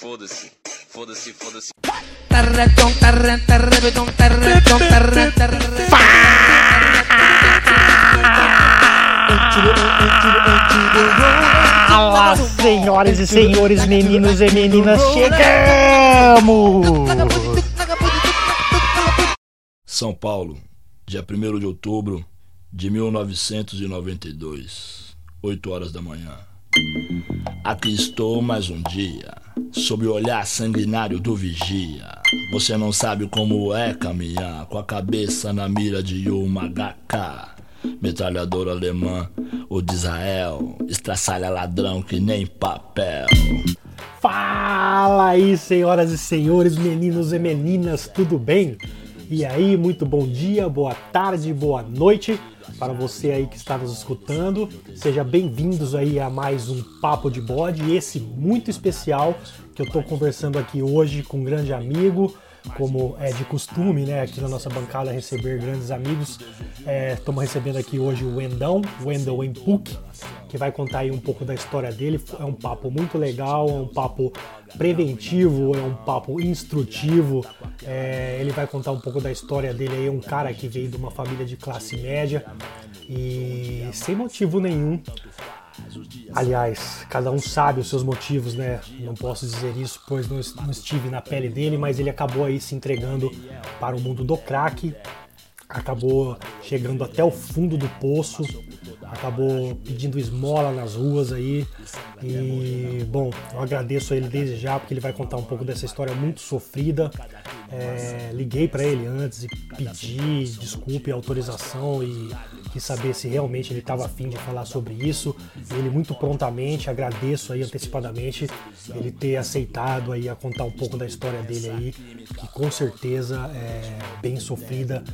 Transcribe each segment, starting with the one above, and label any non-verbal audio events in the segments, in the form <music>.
Foda-se, foda-se, foda-se. Fala, senhoras e senhores, meninos e meninas, chegamos! São Paulo, dia 1 de outubro de 1992, 8 horas da manhã. Aqui estou mais um dia, sob o olhar sanguinário do vigia. Você não sabe como é caminhar, com a cabeça na mira de uma HK. Metralhadora alemã ou de Israel, estraçalha ladrão que nem papel. Fala aí, senhoras e senhores, meninos e meninas, tudo bem? E aí, muito bom dia, boa tarde, boa noite para você aí que está nos escutando. Seja bem-vindos aí a mais um Papo de Bode, esse muito especial que eu estou conversando aqui hoje com um grande amigo, como é de costume, né, aqui na nossa bancada receber grandes amigos. É, Estamos recebendo aqui hoje o Wendão, Wendel Empuc, que vai contar aí um pouco da história dele. É um papo muito legal, é um papo preventivo, é um papo instrutivo. É, ele vai contar um pouco da história dele aí, é um cara que veio de uma família de classe média e sem motivo nenhum. Aliás, cada um sabe os seus motivos, né? Não posso dizer isso, pois não, es- não estive na pele dele, mas ele acabou aí se entregando para o mundo do crack, acabou chegando até o fundo do poço, acabou pedindo esmola nas ruas aí. E, bom, eu agradeço a ele desde já, porque ele vai contar um pouco dessa história muito sofrida. É, liguei para ele antes e pedi desculpa e autorização e quis saber se realmente ele estava afim de falar sobre isso. Ele muito prontamente, agradeço aí antecipadamente ele ter aceitado aí a contar um pouco da história dele aí, que com certeza é bem sofrida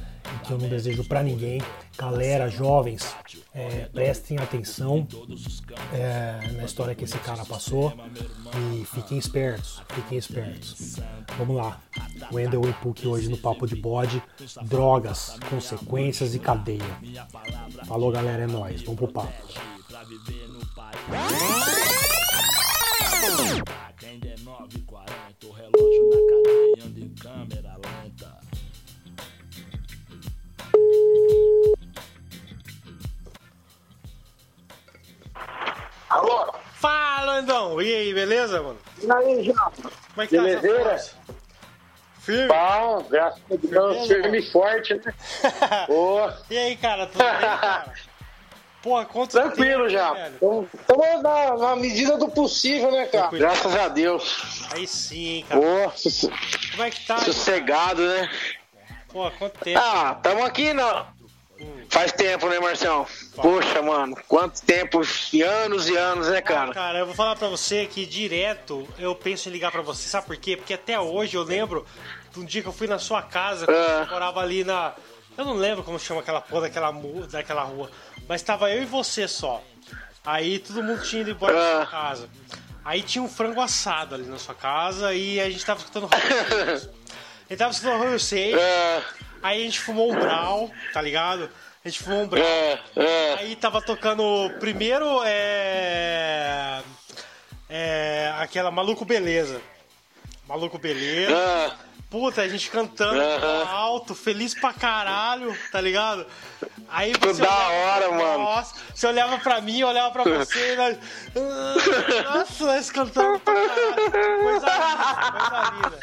e que eu não desejo pra ninguém. Galera, jovens, é, prestem atenção é, na história que esse cara passou e fiquem espertos, fiquem espertos. Vamos lá, Wendel e Puck hoje no Papo de Bode, drogas, consequências e cadeia. Falou galera, é nóis, vamos pro papo. Ainda é 9h40, o relógio na cadeia anda em câmera lenta. Alô? Fala, Andão! E aí, beleza, mano? E aí, Japa? Como é que Belezeira? tá essa fase? Firme? Bom, graças a Deus, Beleza, firme e <laughs> forte, né? Ô, E aí, cara, tudo bem, <laughs> cara? Porra, quanto tranquilo tempo, já. velho? Estamos na, na medida do possível, né, cara? Tranquilo. Tá. Graças a Deus. Aí sim, cara. Ô, su- Como é que tá? sossegado, né? Porra, quanto tempo? Ah, estamos aqui, não. Faz tempo, né, Marcião? Poxa, mano, quanto tempo, e anos e anos, né, Cara. cara? eu vou falar pra você que direto eu penso em ligar pra você, sabe por quê? Porque até hoje eu lembro de um dia que eu fui na sua casa, quando Ah. você morava ali na. Eu não lembro como chama aquela porra daquela, mu- daquela rua, mas tava eu e você só. Aí todo mundo tinha ido embora da Ah. sua casa. Aí tinha um frango assado ali na sua casa e a gente tava escutando Roger <laughs> Seixas. Ele tava escutando Roger Seixas, É, aí a gente fumou um brau, tá ligado? A gente fumou um brau. é, é. Aí tava tocando primeiro é. É. Aquela Maluco Beleza. Maluco Beleza. é. Puta, a gente cantando Aham. alto, feliz pra caralho, tá ligado? Aí Que você. da olhava- hora, mano. Nossa, você olhava pra mim, eu olhava pra você e nós. "Ah, Nossa, nós cantamos pra caralho. Coisa linda, coisa linda.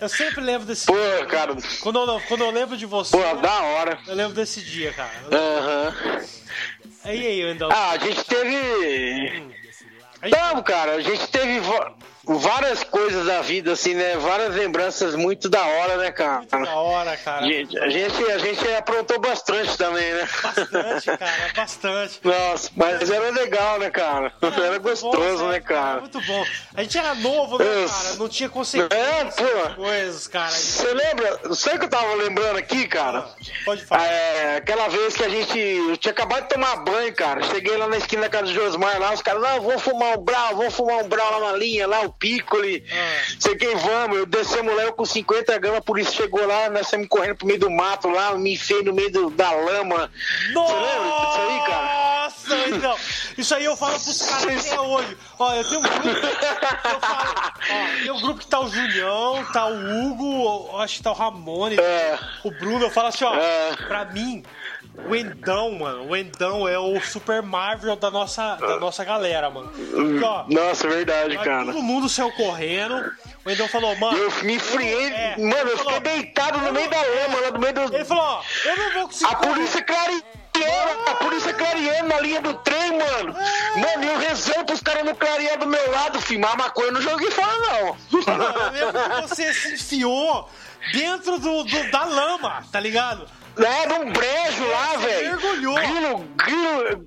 Eu sempre lembro desse. Pô, cara, Quando eu, quando eu lembro de você, pô, da hora. eu lembro desse dia, cara. Aham. E aí, Wendel? Ah, a gente teve. A gente- Não, cara, a gente teve va- várias coisas da vida, assim, né? Várias lembranças muito da hora, né, cara? Da Tá hora, cara. A gente, a gente, a gente aprontou bastante também, né? Bastante, cara, bastante. <laughs> Nossa, mas era legal, né, cara? Era muito bom, gostoso, sabe, né, cara? Muito bom. A gente era novo, né, Eu- cara? Não tinha consequência É, pô. das coisas, cara. Você lembra? Sabe o que eu tava lembrando aqui, cara? Pode falar. É, aquela vez que a gente. Eu tinha acabado de tomar banho, cara. Cheguei lá na esquina da casa do Josmar lá, os caras, não, vou fumar um brau, vou fumar um brau lá na linha, lá o Piccoli. Ah. Sei quem vamos, eu descemos lá, eu com 50 gramas, por isso chegou lá, nós saímos correndo pro meio do mato lá, me enfiei no meio do- da lama. Você lembra disso aí, cara? Nossa, então. Isso aí eu falo pros caras até hoje. Ó, eu tenho um grupo. Eu falo, ó, eu um grupo que tá o Julião, tá o Hugo, eu acho que tá o Ramone, É. o Bruno. Eu falo assim, ó, É. pra mim, o Endão, mano, o Endão é o Super Marvel da nossa, da nossa galera, mano. Porque, ó, Nossa, é verdade, Aí cara. Todo mundo saiu correndo. O Endão falou, mano. Eu me enfriei, é, ele mano, eu fiquei falou- deitado no meio da lama, lá no meio Ele do. falou, ó, eu não vou conseguir. A polícia clareando, a polícia clareando na linha do trem, mano. Mano, eu rezando pros caras não clarear do meu lado, filmar maconha, eu não joguei fora, não. Mano, eu lembro que você se enfiou dentro do, do- da lama, tá ligado? É, num brejo lá, Você velho. mergulhou. Grilo, grilo, grilo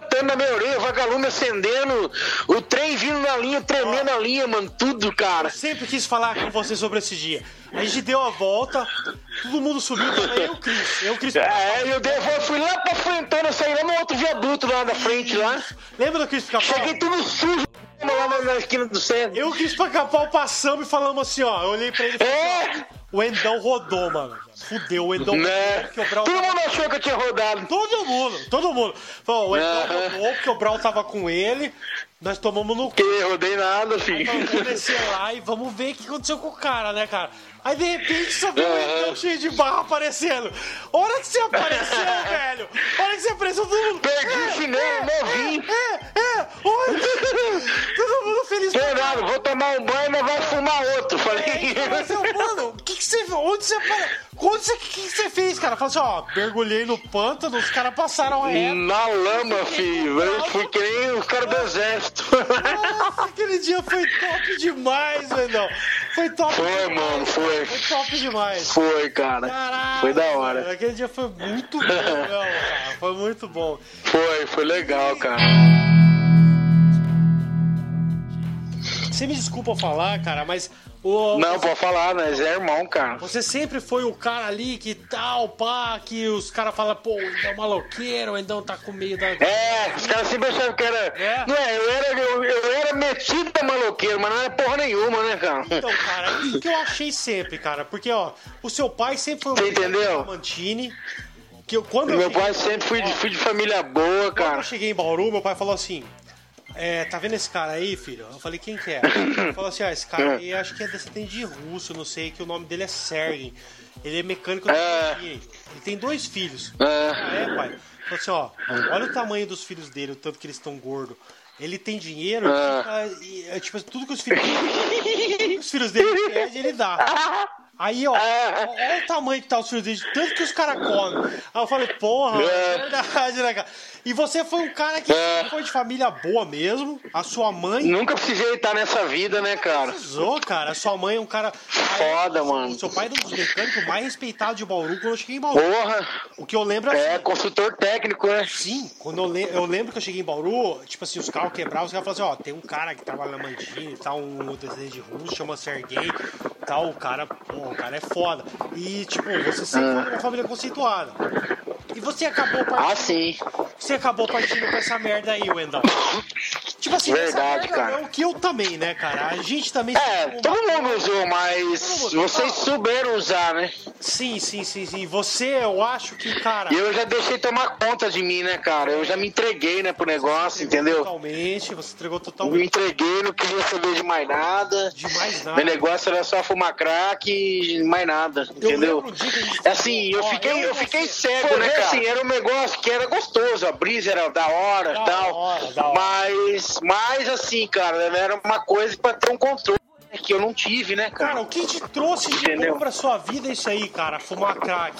cantando na minha orelha, vagalume acendendo, o trem vindo na linha, tremendo a linha, mano, tudo, cara. Sempre quis falar com você sobre esse dia. A gente deu a volta, todo mundo subiu, eu o Cris. Eu o Cris. É, eu dei- eu fui lá pra frentando, eu saí lá no outro viaduto lá da frente lá. Lembra do Cris Pica-Pau? Cheguei tudo sujo lá na, na esquina do centro. Eu e o Cris Pica-Pau passamos e falamos assim, ó. Eu olhei pra ele e falei, assim, É, o Endão rodou, mano. Fudeu, o Endão né? vai quebrar o Todo mundo achou que eu tinha rodado. Todo mundo, todo mundo. Falou, o Edão Aham. rodou, porque o Brau tava com ele, nós tomamos no c. Que eu rodei nada, filho. Vamos <laughs> descer lá e vamos ver o que aconteceu com o cara, né, cara? Aí de repente só viu o Aham. Edão cheio de barra aparecendo. A hora que você <laughs> apareceu, velho! A hora que você apareceu, todo mundo. Perdi o chinelo, né? novinho. É, é! Oi! todo mundo feliz pra Tem nada, vou tomar um banho, mas vai fumar outro. Falei. Aí você <laughs> fala assim, mano, o que, que você. Onde você. para- Onde você. O que, que você fez, cara? Falou assim, ó, mergulhei no pântano, os caras passaram reto. Na lama, filho. Eu fui que nem os caras do exército. <laughs> Nossa, aquele dia foi top demais, Wendel. Foi top Foi, demais. mano, foi. Foi top demais. Foi, cara. Caralho. Foi da mano, hora. Aquele dia foi muito bom, <laughs> não, cara. Foi muito bom. Foi, foi legal, cara. Você me desculpa falar, cara, mas. o- Não, pode falar, nós é irmão, cara. Você sempre foi o cara ali que tal, pá, que os caras falam, pô, então é maloqueiro, ou então tá com medo da. É, os caras sempre achavam que era. É. Não é, eu era, eu, eu era metido pra maloqueiro, mas não era porra nenhuma, né, cara? Então, cara, o que eu achei sempre, cara? Porque, ó, o seu pai sempre foi um Você entendeu? Mantini. Que eu, quando eu É. Meu cheguei- pai sempre fui de, fui de família boa, Quando cara. eu cheguei em Bauru, meu pai falou assim: é, tá vendo esse cara aí, filho? Eu falei, quem que é? Ele falou assim: ah, esse cara aí acho que é descendente de russo, não sei, que o nome dele é Sergei. Ele é mecânico da É. Turquia. Ele tem dois filhos. É. Ah, é, pai? Falou assim, ó, olha o tamanho dos filhos dele, o tanto que eles estão gordos. Ele tem dinheiro, Ah. ele fica- e, é, tipo, tudo que os filhos, <laughs> tudo que os filhos dele pedem, ele dá. Aí, ó, É. ó, olha o tamanho que tá os filhos dele, de tanto que os caras comem. Aí eu falei, porra, é É. verdade, né, cara? E você foi um cara que É. foi de família boa mesmo, a sua mãe Nunca precisei estar nessa vida, né, cara? Precisou, cara. A Sua mãe é um cara. Foda, mano. Seu pai é um dos mecânicos mais respeitados de Bauru quando eu cheguei em Bauru. Porra, O que eu lembro assim, é consultor técnico, né? Sim, quando eu, le- eu lembro que eu cheguei em Bauru, tipo assim, os carros quebravam, os caras falavam assim, ó, tem um cara que trabalha na Mandini, tá um descendente de russo, chama Sergei, tal, o cara, pô, o cara é foda. E, tipo, você sempre foi uma família conceituada. E você acabou partindo, Ah, sim. você acabou partindo com essa merda aí, Wendel. Tipo assim, Verdade, essa merda cara. é o que eu também, né, cara? A gente também... É, todo mundo usou, mas vocês souberam usar, né? Sim, sim, sim, sim. Você, eu acho que, cara... E eu já deixei tomar conta de mim, né, cara? Eu já me entreguei, né, pro negócio, entendeu? Totalmente, você entregou Me totalmente entreguei, não queria saber de mais nada. de mais nada. Meu negócio era só fumar crack e mais nada, entendeu? lembro o dia que a gente- Assim, eu Ó, eu fiquei, e eu você. fiquei cego, né, cara? Assim, era um negócio que era gostoso, a brisa era da hora Da e tal. hora, da hora. Mas, mas assim, cara, era uma coisa pra ter um controle né, que eu não tive, né, Cara, cara? o que te trouxe de Entendeu? bom pra sua vida é isso aí, cara? Fumar crack.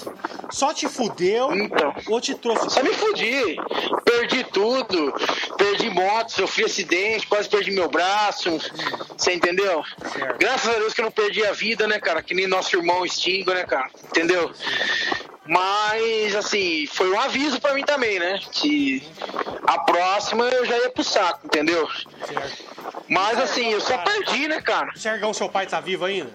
Só te fudeu Então. ou te trouxe. Só me fudi, perdi tudo, perdi moto, sofri acidente, quase perdi meu braço, você entendeu? Certo. Graças a Deus que eu não perdi a vida, né, cara? Que nem nosso irmão Stingo, né, cara? Entendeu? Mas, assim, foi um aviso pra mim também, né? Que a próxima eu já ia pro saco, entendeu? Certo. Mas, assim, eu só perdi, né, cara? O Sergão, seu pai, tá vivo ainda?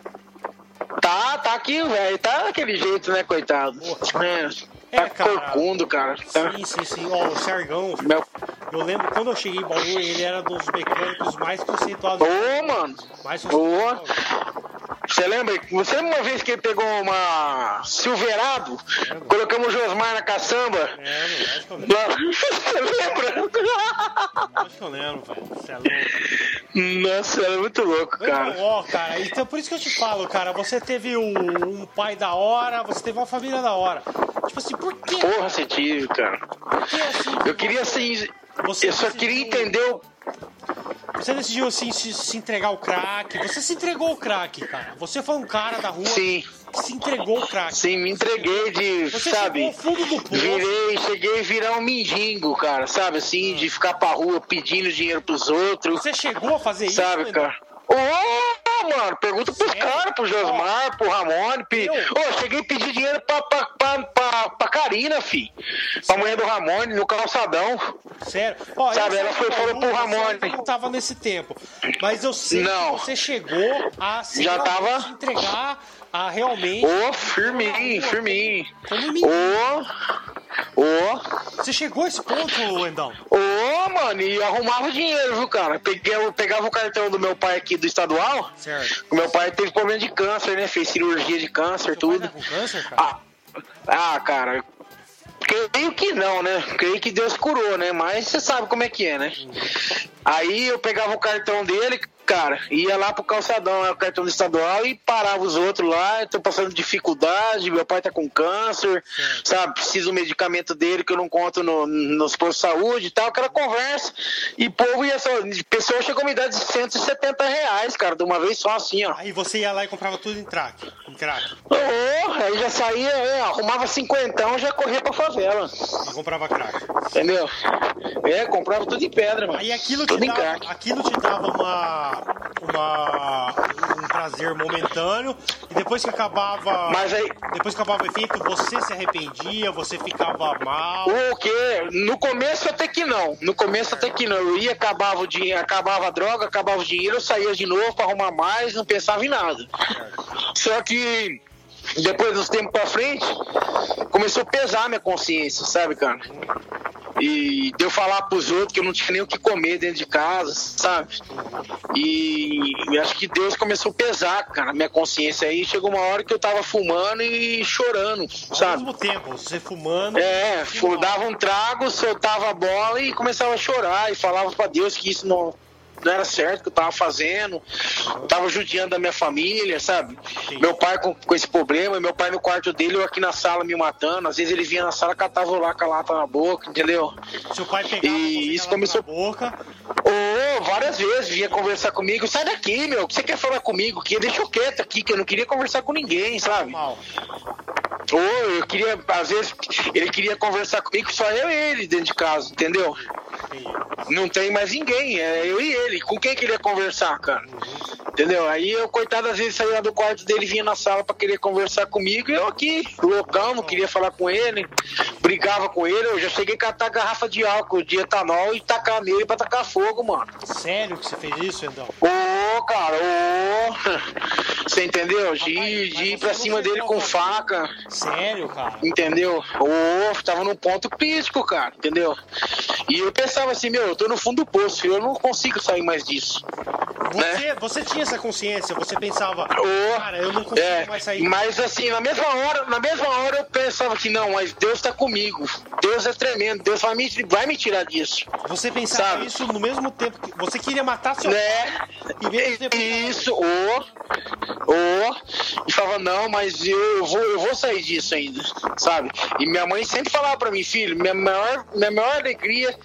Tá, tá aqui, velho, tá daquele jeito, né, coitado? É, É, tá cara. corcundo, cara. Tá- Sim, sim, sim. Ó, o Sergão, Meu... eu lembro quando eu cheguei em Bauru, ele era dos mecânicos mais conceituados. Ô, mano. Mais Ô, conceituados. Você lembra? Você lembra uma vez que ele pegou uma Silverado? Colocamos o Josmar na caçamba? É, meu, acho que eu lembro. Lá- <laughs> Você lembra? Acho que eu lembro, velho. Você é louco. Nossa, era muito louco, cara. Ó, cara, então por isso que eu te falo, cara. Você teve um, um pai da hora, você teve uma família da hora. Tipo assim, por que? Porra, você tive, cara. por que, assim, Eu queria assim. Você eu só decidiu- queria entender o. Você decidiu assim, se, se entregar ao crack. Você se entregou ao crack, cara. Você foi um cara da rua Sim. que se entregou ao crack. Sim, assim, me entreguei de. Você sabe? chegou ao fundo do poço. Virei, cheguei a virar um mendigo, cara, sabe assim? De ficar pra rua pedindo dinheiro pros outros, Você chegou a fazer isso? sabe, Leandro? cara? Ô, mano, pergunta pros Sério? caras, pro Josmar, pro Ramone. Pe... Eu? Ô, cheguei a pedir dinheiro pra, pra, pra, pra, pra Karina, fi. Pra mulher do Ramone, no calçadão. Sério? Ó, Sabe, eu ela sei foi- que falou o pro Ramon Ramon, ainda hein? Não tava nesse tempo. Mas eu sei Não. que você chegou a se Já realmente tava? se entregar a realmente. Ô, firminho, firminho. Como menino. Ô, ô, Você chegou a esse ponto, Wendão? ô, mano, e arrumava dinheiro, viu, cara? Peguei, eu pegava o cartão do meu pai aqui do estadual. Certo. O Meu pai teve problema de câncer, né? Fez cirurgia de Seu câncer, pai tá É tudo. com câncer, cara? Ah, ah, cara. Creio que não, né? Creio que Deus curou, né? Mas você sabe como é que é, né? Aí eu pegava o cartão dele, cara, ia lá pro calçadão, era o cartão do estadual, e parava os outros lá, tô passando dificuldade, meu pai tá com câncer, sabe? Preciso do medicamento dele que eu não conto no, nos postos de saúde e tal, aquela conversa. E povo ia só. Pessoa chegou a me dar de 170 reais, cara, de uma vez só assim, ó. Aí você ia lá e comprava tudo em crack. Em crack. Ô, aí já saía, é, arrumava cinquentão já corria pra favela. E comprava crack. Entendeu? É, comprava tudo em pedra, mano. Aí aquilo te tudo em dava, crack. aquilo te dava uma, uma- um prazer momentâneo e depois que acabava, Mas aí, depois que acabava o efeito, você se arrependia, você ficava mal. o quê? No começo até que não. No começo até que não. Eu ia, acabava o dinheiro, acabava a droga, acabava o dinheiro, eu saía de novo pra arrumar mais, não pensava em nada. Só que depois dos tempos pra frente, começou a pesar minha consciência, sabe, cara? E de eu falar pros outros que eu não tinha nem o que comer dentro de casa, sabe? E eu acho que Deus começou a pesar, cara, minha consciência aí. Chegou uma hora que eu tava fumando e chorando, Ao sabe? mesmo tempo, você fumando. É, fu- dava um trago, soltava a bola e começava a chorar e falava pra Deus que isso não, não era certo que eu tava fazendo, tava judiando a minha família, sabe? Meu pai com, com esse problema, meu pai no quarto dele, eu aqui na sala me matando, às vezes ele vinha na sala, catava eu lá com a lata na boca, entendeu? Seu pai pegava E você isso calava começou- na boca. Ô, várias vezes vinha conversar comigo, sai daqui, meu, o que você quer falar comigo? Que deixa eu quieto aqui, que eu não queria conversar com ninguém, sabe? Mal. Ou eu queria, às vezes, ele queria conversar comigo, só eu e ele dentro de casa, entendeu? Não tem mais ninguém, é eu e ele. Com quem que ele ia conversar, cara? Entendeu? Aí eu, coitado, às vezes saía do quarto dele, vinha na sala pra querer conversar comigo, e eu aqui, loucão, não queria falar com ele, brigava com ele, eu já cheguei a catar garrafa de álcool, de etanol e tacar nele pra tacar fogo, mano. Sério que você fez isso, Endão? Ô, cara, ô. <laughs> Você entendeu? De, Rapaz, de ir mas pra você cima não dele fez com nada. faca. Sério, cara. Entendeu? O tava num ponto crítico, cara, entendeu? E eu pensava assim, meu, eu tô no fundo do poço, eu não consigo sair mais disso. Você, você tinha essa consciência, você pensava, Né? Ô, cara, eu não consigo é, mais sair. Mas assim, na mesma hora, na mesma hora eu pensava assim, não, mas Deus tá comigo. Deus é tremendo, Deus vai me, vai me tirar disso. Você pensava sabe? isso no mesmo tempo que você queria matar seu Né? E mesmo depois- Isso, ô, ô, e falava, não, mas eu, eu vou, eu vou sair disso ainda, sabe? E minha mãe sempre falava pra mim, filho, minha maior, minha maior alegria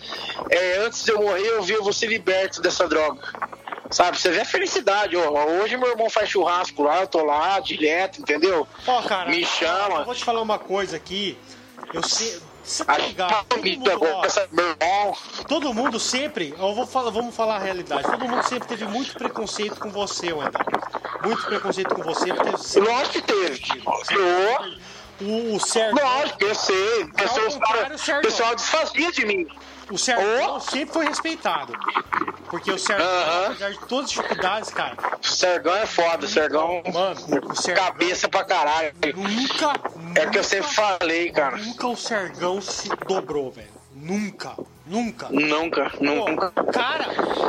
é antes de eu morrer eu ver você liberto dessa droga. Sabe, você vê a felicidade, ó. Hoje meu irmão faz churrasco lá, eu tô lá direto, entendeu? Ó, cara, Me chama. Eu vou te falar uma coisa aqui. Eu sei. Você tá A ligado? Todo gente mundo, agora, ó, essa- meu irmão. todo mundo sempre. Eu vou falar, vamos falar a realidade. Todo mundo sempre teve muito preconceito com você, Wendel. Muito preconceito com você. Porque sempre- Lógico que teve. Ô, o, o Sérgio. Lógico, eu sei. Pessoal, contrário, Sérgio. o pessoal desfazia de mim. O Sérgio Ô. sempre foi respeitado. Porque o Sérgio, Aham. apesar de todas as dificuldades, cara, Sergão é foda, Sergão. Mano, o Sergão- Cabeça pra caralho. nunca. É o que eu sempre falei, cara. Nunca o Sergão se dobrou, velho. Nunca. Nunca. Nunca, Pô, nunca. Cara,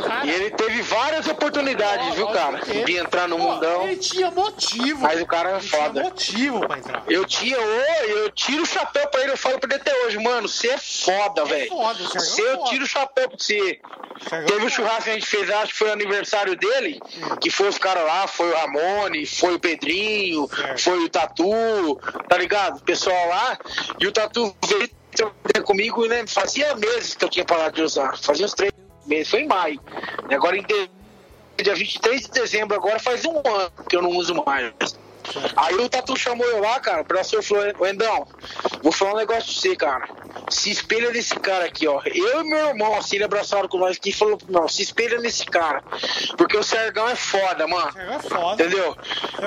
cara. E ele teve várias oportunidades, ó, viu, ó, cara? ele- De entrar no ó, mundão. Ele tinha motivo. Mas o cara é Ele foda. Tinha motivo pra entrar. Eu tinha, ô, eu tiro o chapéu pra ele, eu falo pra ele até hoje, mano, você é foda, velho. foda, o Thiagão é Você, eu foda. tiro o chapéu pra você. Thiagão Teve é um churrasco que a gente fez, acho que foi o aniversário dele, que foi os caras lá, foi o Ramone, foi o Pedrinho, Certo. foi o Tatu, tá ligado? O pessoal lá, e o Tatu veio trocar comigo, né? Fazia meses que eu tinha parado de usar, fazia uns três meses, foi em maio. E agora em de... dia 23 de dezembro, agora faz um ano que eu não uso mais. Aí o Tatu chamou eu lá, cara, pra ser falou, Endão, vou falar um negócio pra você, cara. Se espelha nesse cara aqui, ó. Eu e meu irmão, assim, ele abraçaram com nós aqui e falou, não, se espelha nesse cara. Porque o Sergão é foda, mano. Thiagão é foda. Entendeu?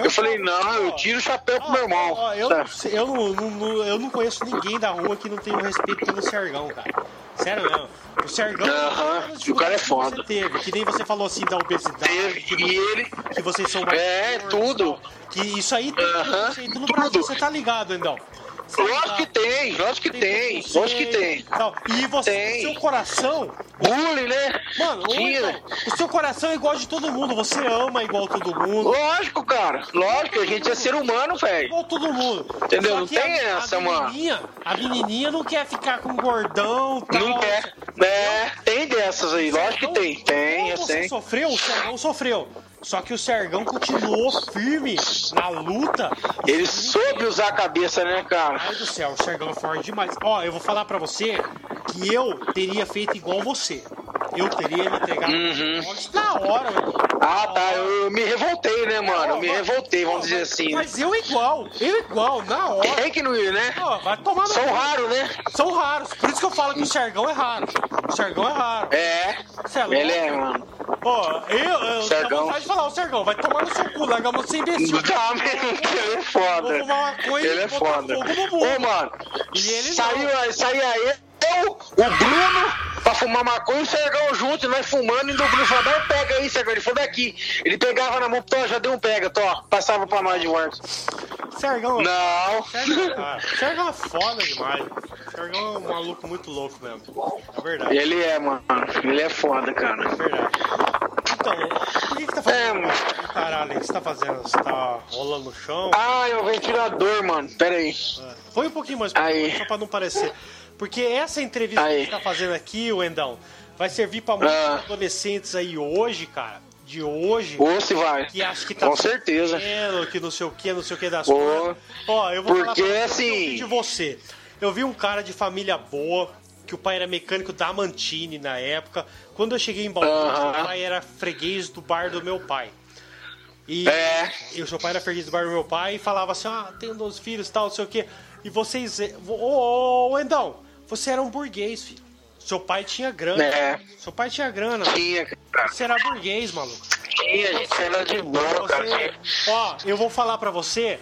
Eu falei, não, eu tiro o chapéu pro meu irmão. Ó, ó, eu, Tá. eu, não, não- não- eu não conheço ninguém da rua que não tem um respeito pelo Sergão, cara. Sério mesmo. O Sergão. Aham, todas as o cara é dificuldades que foda. você teve, que nem você falou assim da obesidade. Teve, que e ele. que vocês são mais. É, fortes, tudo. Que isso aí tem Aham, preconceito no tudo. Brasil, você tá ligado, então. Você Lógico tá- que tem, lógico que tem, preconceito lógico que tem. e tal. E você, Tem. seu coração. Bullying, né? Mano, ô, Tira. então, o seu coração é igual de todo mundo. Você ama igual todo mundo. Lógico, cara. Lógico, a gente é ser humano, velho. Igual todo mundo. Entendeu? Não que a- tem essa, a mano. menininha- A menininha não quer ficar com gordão, tal. Não quer. É, tem dessas aí, lógico que tem. Como Tem, assim. eu Então, você sei. sofreu, o Sergão sofreu. Só que o Sergão continuou firme na luta. Ele assim, soube usar a cabeça, né, cara? Ai do céu, o Sergão é forte demais. Ó, eu vou falar pra você que eu teria feito igual você. Eu teria me entregado Uhum. na hora, velho. Ah, tá. Eu, eu me revoltei, né, mano? Eu me Ó, mas- revoltei, vamos ó, dizer mas- assim. né? Mas eu igual, eu igual, na hora. Tem que não ir, né? Ó, vai tomar no São cu. raros, né? São raros. Por isso que eu falo que o Sergão é raro. O Sergão é raro. É. Você é louco? Ele é, mano. Ó, eu, eu Sergão. tenho vontade de falar, o Sergão, vai tomar no seu cu, larga você imbecil. Tá, mas ele é foda. Vou fumar maconha e Ele é botar foda. fogo no mundo. Ô, mano. E ele não. Saiu, aí- saía eu, o Bruno, pra fumar maconha e o Sergão junto, e nós fumando, e o Bruno falou, dá um pega aí, Sergão. Ele falou daqui. Ele pegava na mão, tô, já deu um pega, tô. Passava pra nós de volta. Sergão, Não. Sergão, cara, Sergão é foda demais. Sergão é um maluco muito louco mesmo. É verdade. É Ele é, mano. Ele é foda, cara. verdade. Então, por que, que tá É, fazendo? mano. Caralho, o que você tá fazendo? Você tá rolando no chão? Ah, é o ventilador, mano. Pera aí. Foi um pouquinho mais Aí. só pra não parecer. Porque essa entrevista Aí. que a gente tá fazendo aqui, Wendão, vai servir pra muitos Ah. adolescentes aí hoje, cara. De hoje. Ou se vai. Que acha que tá Com certeza. pequeno, que não sei o que, não sei o que das Ô. coisas. Ó, eu vou falar Porque, pra você, assim- o que eu vi de você. Eu vi um cara de família boa, que o pai era mecânico da Mantini na época. Quando eu cheguei em Bauru, Aham. meu pai era freguês do bar do meu pai. E, É. e o seu pai era freguês do bar do meu pai e falava assim: ah, tenho 12 filhos e tal, não sei o quê. E vocês. Ô, ô, ô, Endão, você era um burguês, filho. Seu pai tinha grana. É. Seu pai tinha grana. Tinha, cara. Você era burguês, maluco. Tinha, gente. Era de boa, Você- cara. ó, eu vou falar pra você.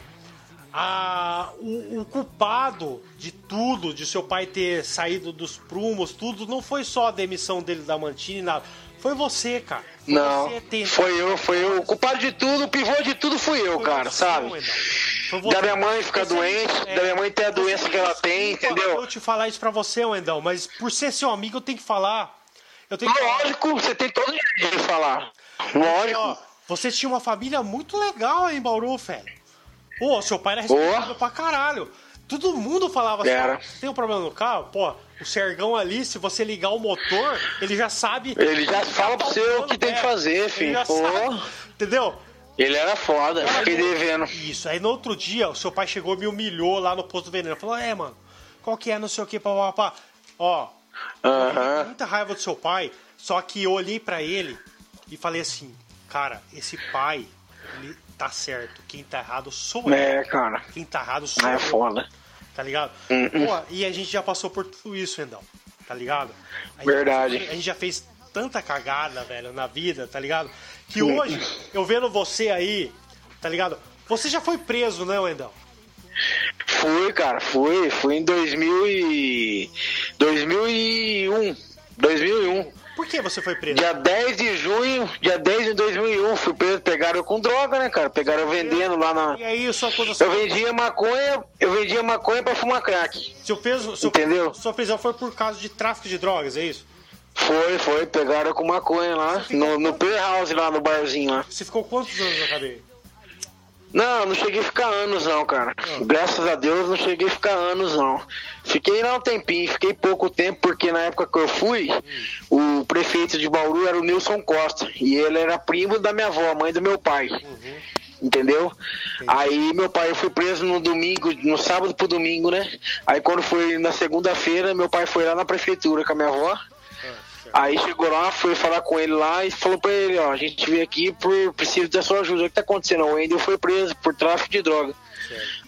a- o, o culpado de tudo, de seu pai ter saído dos prumos, tudo, não foi só a demissão dele da Mantini, nada. Foi você, cara. Foi Não. Você ter- Foi eu, foi eu. O culpado de tudo, o pivô de tudo fui eu, foi cara, você, sabe? Wendel. Foi você. Da minha mãe ficar Você- doente, é, da minha mãe ter a doença que ela tem, desculpa Eu entendeu? te falar isso pra você, Wendão, mas por ser seu amigo, eu tenho que falar. Eu tenho que falar. Lógico, você tem todo o direito de falar. Ó, Lógico. você tinha uma família muito legal aí em Bauru, velho. Pô, seu pai era responsável pra caralho. Todo mundo falava assim, Era. "Ah, tem um problema no carro? Pô, o Sergão ali, se você ligar o motor, ele já sabe... Ele já fala pra você o que tem que fazer, Ele filho. já Pô, sabe, entendeu? ele era foda, fiquei Aí no- devendo. Isso, aí no outro dia, o seu pai chegou e me humilhou lá no posto do veneno. Falou, é, mano, qual que é, não sei o que, papapá. Ó, Aham. muita raiva do seu pai, só que eu olhei pra ele e falei assim, cara, esse pai, ele tá certo, quem tá errado sou eu. É, cara. Quem tá errado sou É eu. foda. Hum, Tá ligado? Pô, e a gente já passou por tudo isso, Endão. Tá ligado? A gente- Verdade. a gente já fez tanta cagada, velho, na vida, tá ligado? Que hoje, eu vendo você aí, tá ligado? Você já foi preso, né, Endão? Fui, cara, fui. Fui em 2000 um, e... 2001. 2001. Por que você foi preso? Dia 10 de junho, dia 10 de 2001, fui preso, pegaram eu com droga, né, cara? Pegaram eu vendendo lá na... E aí, sua acusação. Eu vendia maconha, eu vendia maconha pra fumar crack. Seu peso, seu- Entendeu? Sua prisão foi por causa de tráfico de drogas, é isso? Foi, foi, pegaram eu com maconha lá, no, no playhouse lá, no barzinho lá. Você ficou quantos anos na cadeia? Não, não cheguei a ficar anos não, cara. Graças a Deus não cheguei a ficar anos não. Fiquei lá um tempinho, fiquei pouco tempo, porque na época que eu fui, o prefeito de Bauru era o Nilson Costa. E ele era primo da minha avó, mãe do meu pai. Entendeu? Aí meu pai foi preso no domingo, no sábado pro domingo, né? Aí quando foi na segunda-feira, meu pai foi lá na prefeitura com a minha avó. Aí chegou lá, foi falar com ele lá e falou pra ele, ó, a gente veio aqui por preciso da sua ajuda. O que tá acontecendo? O Wendel foi preso por tráfico de droga.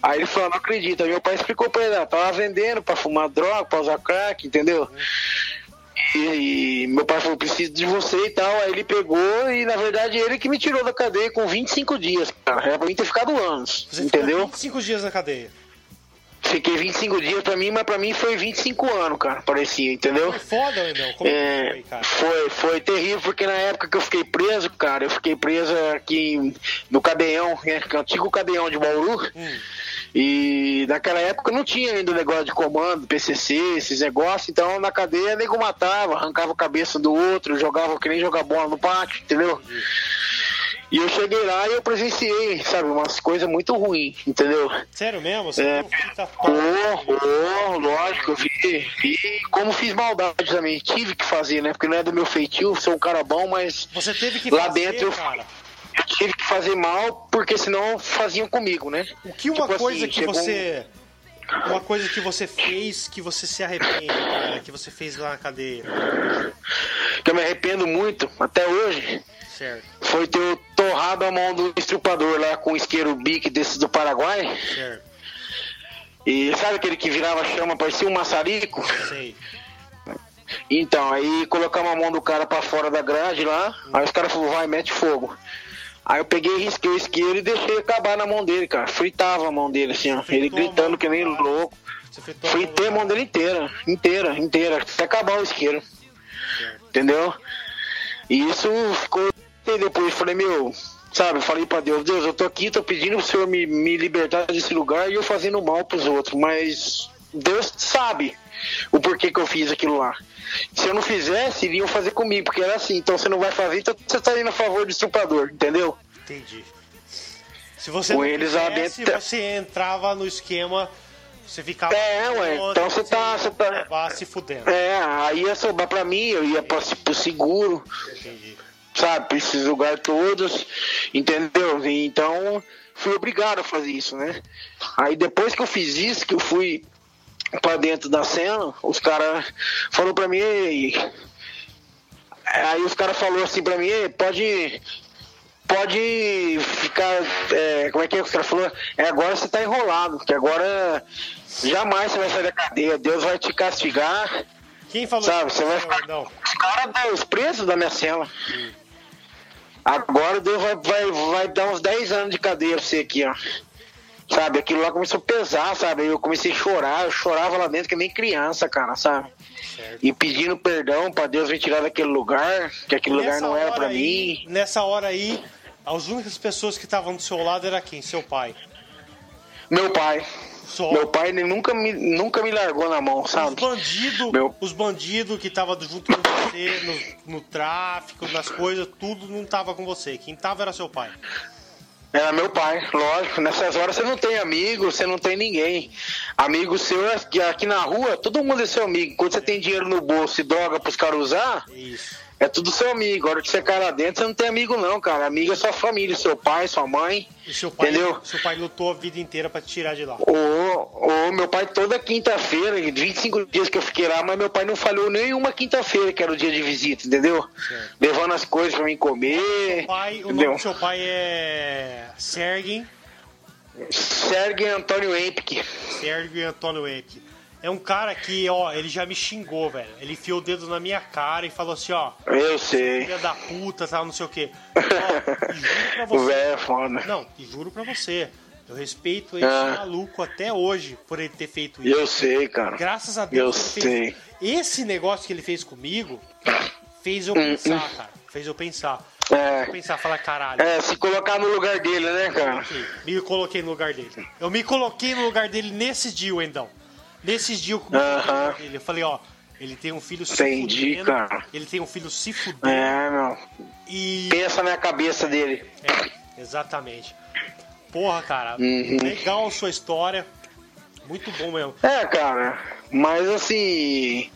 Aí ele falou, não acredita. Aí meu pai explicou pra ele, ó, tava vendendo pra fumar droga, pra usar crack, entendeu? E, e meu pai falou, preciso de você e tal. Aí ele pegou e na verdade ele que me tirou da cadeia com 25 dias, cara. Era pra mim ter ficado anos, Você entendeu? ficou 25 dias na cadeia. Fiquei 25 dias pra mim, mas pra mim foi 25 anos, cara, parecia, entendeu? Foi É foda, Wendel. Como é... que É, foi, cara? foi, foi terrível, porque na época que eu fiquei preso, cara, eu fiquei preso aqui em- no Cadeião, né, que é o antigo Cadeião de Bauru, Hum. e naquela época não tinha ainda o negócio de comando, PCC, esses negócios, então na cadeia nego matava, arrancava a cabeça do outro, jogava que nem jogar bola no pátio, entendeu? E eu cheguei lá e eu presenciei, sabe, umas coisas muito ruins, entendeu? Sério mesmo? Você um É. viu fita Ô, ô, Oh, lógico, eu vi, vi como fiz maldade também. Tive que fazer, né? Porque não é do meu feitio, sou um cara bom, mas Você teve que Lá fazer, dentro eu- cara. eu tive que fazer mal, porque senão faziam comigo, né? O que uma Tipo assim, coisa que chegou você. Uma coisa que você fez que você se arrepende, cara, que você fez lá na cadeia. um- Que eu me arrependo muito, até hoje, Certo, foi ter eu torrado a mão do estrupador lá com um isqueiro bique desses do Paraguai. certo. E sabe aquele que virava chama, parecia um maçarico? Sei. Então, aí colocamos a mão do cara pra fora da grade lá, aí os caras falaram, vai, mete fogo. Aí eu peguei, risquei o isqueiro e deixei acabar na mão dele, cara. Fritava a mão dele, assim, ó. Ele Fritou a mão gritando do que nem cara. louco. Você fritou a mão do Fritei a mão cara. dele inteira, inteira, inteira, até acabar o isqueiro. Entendeu? E isso ficou. E depois falei, meu, sabe, eu falei pra Deus, Deus, eu tô aqui, tô pedindo pro senhor me, me libertar desse lugar e eu fazendo mal pros outros, mas Deus sabe o porquê que eu fiz aquilo lá. Se eu não fizesse, iriam fazer comigo, porque era assim, então você não vai fazer, então você tá indo a favor do estuprador, entendeu? Entendi. Se você Com não eles lá quisesse, dentro- você entrava no esquema, você ficava. É, ué, contra, então você tá- você tá- acabava se fudendo. É, aí ia sobrar pra mim, eu ia pra, pro seguro, Entendi. sabe, pra esses lugares todos, entendeu? Então, fui obrigado a fazer isso, né? Aí depois que eu fiz isso, que eu fui pra dentro da cena, os caras falaram pra mim, "Ei", aí os caras falaram assim pra mim, "Ei, pode. Pode ficar. é, como é que é que os caras falaram? É, agora você tá enrolado, que agora jamais você vai sair da cadeia, Deus vai te castigar. Quem falou Sabe, isso? você vai Não, ficar- Não, Os caras dão os presos da minha cela. Agora Deus vai, vai, vai dar uns 10 anos de cadeia pra você aqui, ó. Sabe, aquilo lá começou a pesar, sabe? Eu comecei a chorar, eu chorava lá dentro que nem criança, cara, sabe? certo. E pedindo perdão pra Deus me tirar daquele lugar, que aquele lugar Nessa não era hora pra aí- mim. Nessa hora aí, as únicas pessoas que estavam do seu lado era quem? Seu pai. Meu pai. Só. Meu pai ele nunca me, nunca me largou na mão, Os sabe? bandidos Meu- os bandido que tava junto com você, no, no tráfico, nas coisas, tudo não tava com você. Quem tava era seu pai. Era meu pai, lógico. Nessas horas você não tem amigo, você não tem ninguém. Amigo seu é que aqui na rua, todo mundo é seu amigo. Quando você tem dinheiro no bolso e droga pros caras usar, Isso. é tudo seu amigo. A hora que você cai lá dentro, você não tem amigo não, cara. Amigo é sua família, seu pai, sua mãe. E seu pai, Entendeu? seu pai lutou a vida inteira pra te tirar de lá. O, o meu pai toda quinta-feira, em 25 dias que eu fiquei lá, mas meu pai não falhou nenhuma quinta-feira, que era o dia de visita, entendeu? Certo. Levando as coisas pra mim comer. Seu pai, o nome entendeu? do seu pai é Sergin, Sérgio Antônio Empke. Sergin Antônio Eck. É um cara que, ó, ele já me xingou, velho. Ele enfiou o dedo na minha cara e falou assim, ó, Eu sei. filha da puta, tal, não sei o <laughs> quê. Ó, e juro pra O você, velho é foda. Não, e juro pra você, eu respeito esse Ah. maluco até hoje por ele ter feito isso. Eu sei, cara. Graças a Deus. Eu ele fez- sei. Hum, Esse negócio que ele fez comigo fez eu pensar, cara. Fez eu pensar. É. Eu pensar, falar, caralho. É, se colocar no lugar dele, né, cara? Ok, Me coloquei no lugar dele. Eu me coloquei no lugar dele nesse dia, Wendão. Nesse dia eu me coloquei no Aham. lugar dele. Eu falei, ó, ele tem um filho se Entendi, fudendo. cara. Ele tem um filho se fudendo. É, meu. E. Pensa na cabeça dele. É, exatamente. Porra, cara. Uhum. Legal a sua história. Muito bom mesmo. É, cara, mas assim,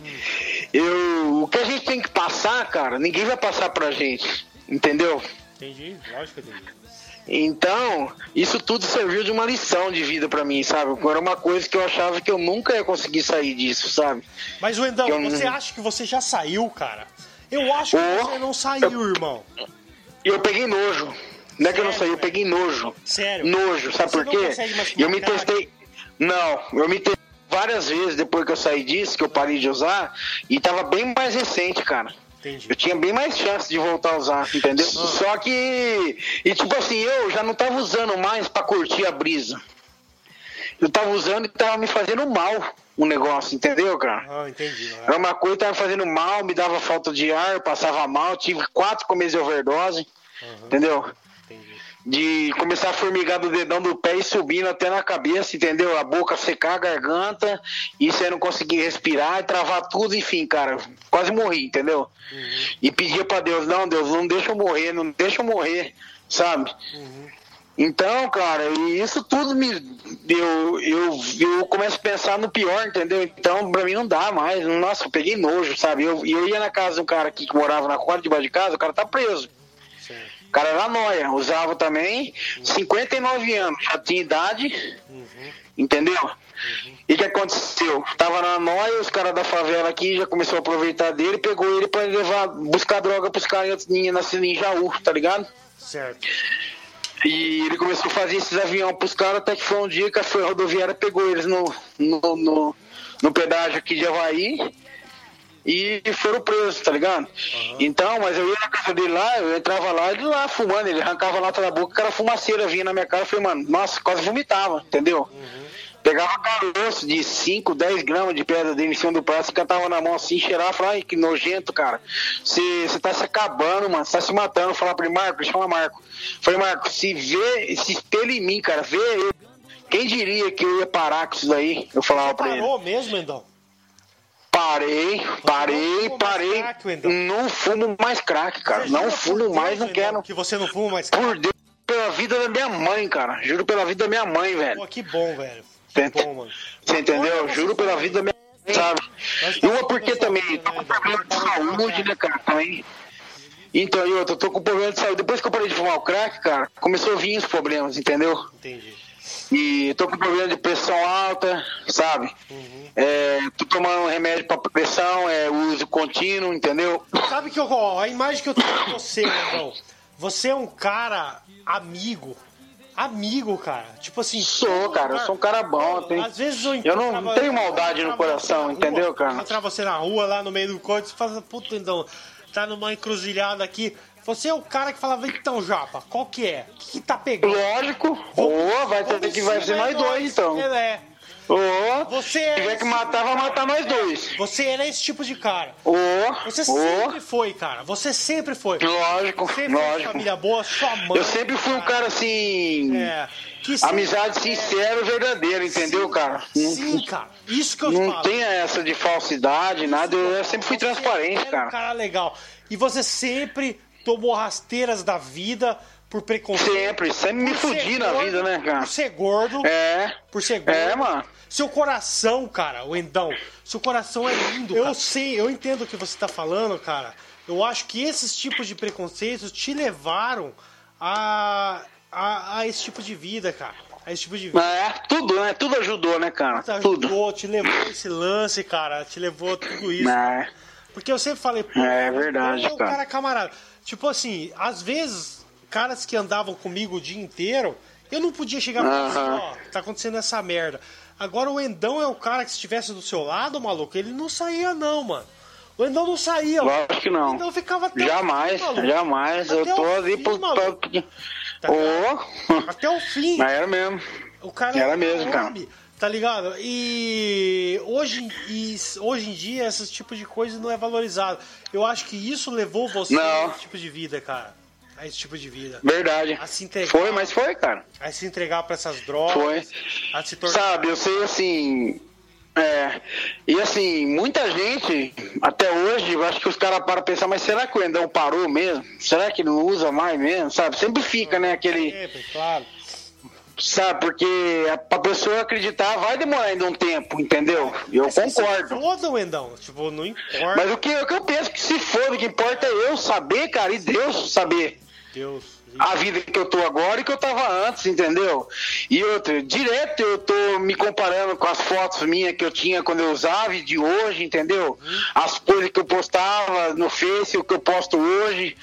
eu, o que a gente tem que passar, cara, ninguém vai passar pra gente, entendeu? Entendi? Lógico que eu entendi. Então, isso tudo serviu de uma lição de vida pra mim, sabe? Era uma coisa que eu achava que eu nunca ia conseguir sair disso, sabe? Mas, Wendão, Eu não- você acha que você já saiu, cara? Eu acho que Ô. você não saiu, irmão. E eu peguei nojo. Não é que eu Sério, não saí, velho? eu peguei nojo. Sério? Nojo, sabe Você por não quê? consegue mais Eu me colocar- testei. Não, eu me testei várias vezes depois que eu saí disso, que eu parei de usar, e tava bem mais recente, cara. Entendi. Eu tinha bem mais chance de voltar a usar, entendeu? Só que. E tipo assim, eu já não tava usando mais pra curtir a brisa. Eu tava usando e tava me fazendo mal o negócio, entendeu, cara? Ah, entendi. não é? Era uma coisa que tava fazendo mal, me dava falta de ar, eu passava mal, tive quatro começos de overdose, entendeu? Entendi. De começar a formigar do dedão do pé e subindo até na cabeça, entendeu? A boca secar, a garganta, e você não conseguir respirar, e travar tudo, enfim, cara, quase morri, entendeu? E pedia pra Deus, não, Deus, não deixa eu morrer, não deixa eu morrer, sabe? Então, cara, e isso tudo me. Eu, eu, eu começo a pensar no pior, entendeu? Então, pra mim não dá mais. Nossa, eu peguei nojo, sabe? Eu, eu ia na casa de um cara aqui que morava na quadra debaixo de casa, o cara tá preso. Certo. O cara era noia, usava também, 59 anos, já tinha idade, entendeu? E o que aconteceu? Tava na noia, os caras da favela aqui já começou a aproveitar dele, pegou ele pra levar, buscar droga pros caras em, em Jaú, tá ligado? Certo. E ele começou a fazer esses aviões pros caras, até que foi um dia que a Folha rodoviária pegou eles no, no, no, no pedágio aqui de Havaí e foram presos, tá ligado? Então, mas eu ia na casa dele lá, eu entrava lá, ele lá fumando, ele arrancava a lata da boca, cara fumaceira vinha na minha cara, eu falei, mano, nossa, quase vomitava, entendeu? Pegava caroço de 5, 10 gramas de pedra dele em cima do prato, cantava na mão assim, cheirava, falava, ai, que nojento, cara. Você tá se acabando, mano, você tá se matando. Falar pra ele, Marco, chama Marco. Falei, Marco, se vê, se espelha em mim, cara, vê eu. Quem diria que eu ia parar com isso daí? Eu falava pra ele. Parou mesmo, Wendão? Parei, não parei, fumo mais parei. crack, Wendel? Não fumo mais crack, cara. Não Jura por fumo Deus, mais, não Wendão, quero. Que você não fuma mais. Por Deus, pela vida da minha mãe, cara. Juro pela vida da minha mãe, velho. Pô, que bom, velho. Que Você bom, mano. Você entendeu? Juro pela vida da minha mãe, sabe? Mas E tá uma bom, tá porque bom, também tô né, com problema de Wendel? saúde, né, cara, também. Então, e outra, eu tô com problema de saúde. Depois que eu parei de fumar o crack, cara, começou a vir os problemas, entendeu? Entendi. E tô com problema de pressão alta, sabe? Uhum. É, tô tomando remédio pra pressão, é uso contínuo, entendeu? Sabe que eu, ó, a imagem que eu tenho de você, Wendão? Você é um cara amigo. Amigo, cara. Tipo assim. Sou, cara, eu sou um cara bom, eu tenho- Às vezes eu eu não encontrava- tenho maldade no encontrava coração, você na entendeu, rua, cara? Encontrava você na rua, lá no meio do código, você fala, puta, então, tá numa encruzilhada aqui. Você é o cara que falava, então, Japa, qual que é? O que, que tá pegando? Lógico, ô, vai ter que vai Você ser nós dois, então. É, Ô, Você se é tiver esse- que matar, vai matar nós dois. você era esse tipo de cara. Ô, Você sempre ô, foi, cara. Você sempre foi. lógico, Sempre foi lógico. família boa, sua mãe. Eu sempre fui um cara assim, É, que sempre- amizade sincera e verdadeira, entendeu, cara? Sim, cara. Isso que eu Não falo. tem essa de falsidade, nada, eu sempre fui Você transparente, era um cara. cara legal. E você sempre tomou rasteiras da vida por preconceito. Sempre, sempre me por ser fudi na gordo, vida, né, cara? Por ser gordo. É, Por ser gordo. é, mano. Seu coração, cara, o Endão, seu coração é lindo. Eu sei, eu entendo o que você tá falando, cara. Eu acho que esses tipos de preconceitos te levaram a, a, a esse tipo de vida, cara. A esse tipo de vida. É, tudo, né? Tudo ajudou, né, cara? Te Tudo. ajudou, te levou esse lance, cara. Te levou a tudo isso. É, Porque eu sempre falei, pô, É verdade, eu sou um cara. cara camarada. Tipo assim, às vezes, caras que andavam comigo o dia inteiro, eu não podia chegar e falar Aham. assim, ó, tá acontecendo essa merda. Agora o Endão é o cara que se estivesse do seu lado, maluco, ele não saía não, mano. O Endão não saía. mano. lógico que O não. Endão ficava até o fim, Jamais, maluco. jamais. Eu Até o tô ali fim, pro. maluco. pra- Tá Ô, Até o fim. mas era mesmo. O cara Era um mesmo, cara. homem. Tá ligado? E hoje, em- e hoje em dia, esse tipo de coisa não é valorizado. Eu acho que isso levou você Não. a esse tipo de vida, cara. A esse tipo de vida. Verdade. A se entregar. Foi, mas foi, cara. A se entregar pra essas drogas. A se tornar. Sabe, eu sei assim. É. E assim, muita gente, até hoje, eu acho que os caras param pra pensar, mas será que o Endão parou mesmo? Será que não usa mais mesmo? Sabe? Sempre fica, né? Aquele. Sempre, claro. Sabe? Porque a, pra pessoa acreditar vai demorar ainda um tempo, entendeu? Eu Mas é que se concordo. Foda o Endão. Tipo, não importa. Mas o que, o que eu penso que se foda, o que importa é eu saber, cara, e Deus saber Deus. E- a vida que eu tô agora e que eu tava antes, entendeu? E outra, direto eu tô me comparando com as fotos minhas que eu tinha quando eu usava e de hoje, entendeu? As coisas que eu postava no Face, o que eu posto hoje.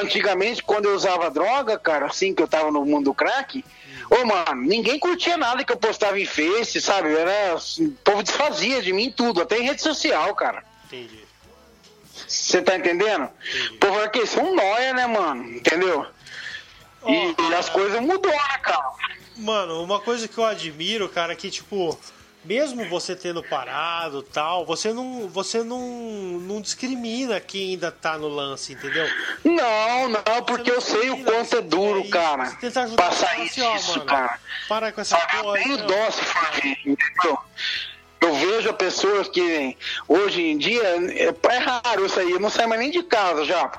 Antigamente, quando eu usava droga, cara, assim que eu tava no mundo do crack, ô mano, ninguém curtia nada que eu postava em Face, sabe? Era, assim, o povo desfazia de mim tudo, até em rede social, cara. Entendi. Você tá entendendo? Povo aqui, isso é um nóia, né, mano? Entendeu? E, Ó, e as coisas mudou, né, cara? Mano, uma coisa que eu admiro, cara, é que, tipo, mesmo você tendo parado tal, você não, você não, não discrimina quem ainda tá no lance, entendeu? Não, não, porque eu sei o quanto é É duro, isso, cara. você tenta ajudar, Passar fala isso, assim, ó, isso, mano, cara. Para com essa Sabe, eu porra. né? aí, tenho não. dó se for aqui, entendeu? Eu vejo pessoas que hoje em dia é, é raro isso aí, eu não saio mais nem de casa já.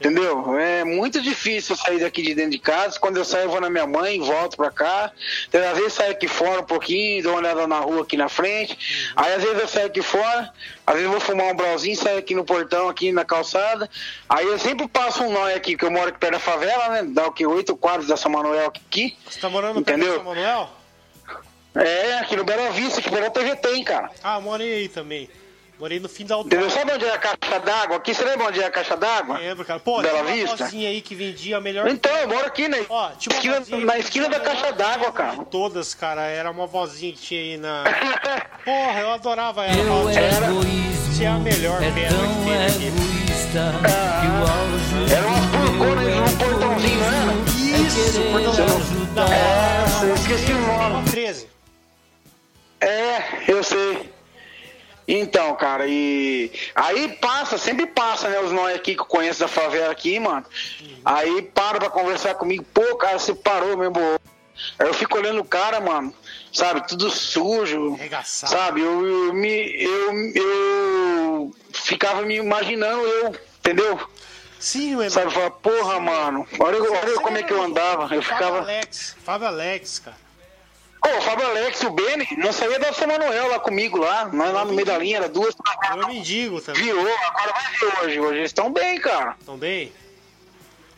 Entendeu? É muito difícil eu sair daqui de dentro de casa. Quando eu saio, eu vou na minha mãe, volto pra cá. Então, às vezes saio aqui fora um pouquinho, dou uma olhada na rua aqui na frente. Uhum. Aí às vezes eu saio aqui fora, às vezes eu vou fumar um brauzinho, saio aqui no portão, aqui na calçada. Aí eu sempre passo um nó aqui, porque eu moro aqui perto da favela, né? Dá o que? Oito quadros da São Manuel aqui. Você tá morando perto de Entendeu? São Manuel? É, aqui no Bela Vista, que Bela TV tem, cara. Ah, morei aí também. Morei no fim da aldeia. Entendeu? Sabe onde é a caixa d'água? Aqui, você lembra onde é a caixa d'água? Lembro, cara. Pô, Bela tinha uma Vista? cozinha aí que vendia a melhor Então, eu moro aqui, né? Ó, tinha uma Esquina- vozinha na que esquina da tinha caixa melhor d'água, vozinha cara. de Todas, cara, era uma vozinha que tinha aí <laughs> na. Porra, eu adorava ela. Eu era- Tinha a melhor pedra que tem aqui. Era umas porconas e um portãozinho, né? não era? Isso, portão da É, eu esqueci o nome. 13. É, eu sei. Então, cara, e aí passa, sempre passa, né? Os nós aqui que eu conheço da favela aqui, mano. Aí para pra conversar comigo, pô, cara, você parou mesmo. Aí eu fico olhando o cara, mano, sabe, tudo sujo. Arregaçado. Sabe, eu, eu me. Eu, eu ficava me imaginando eu, entendeu? Sim, o Sabe, eu falava, porra, mano, olha, olha como é que eu andava. Fábio Eu ficava. Alex, Fábio Alex, cara. Ô, o Fábio Alex e o Beni, não saía da São Manuel lá comigo, lá, nós lá no meio da linha, era duas, Eu mendigo também. virou, agora vai ver hoje, hoje eles estão bem, cara. Também?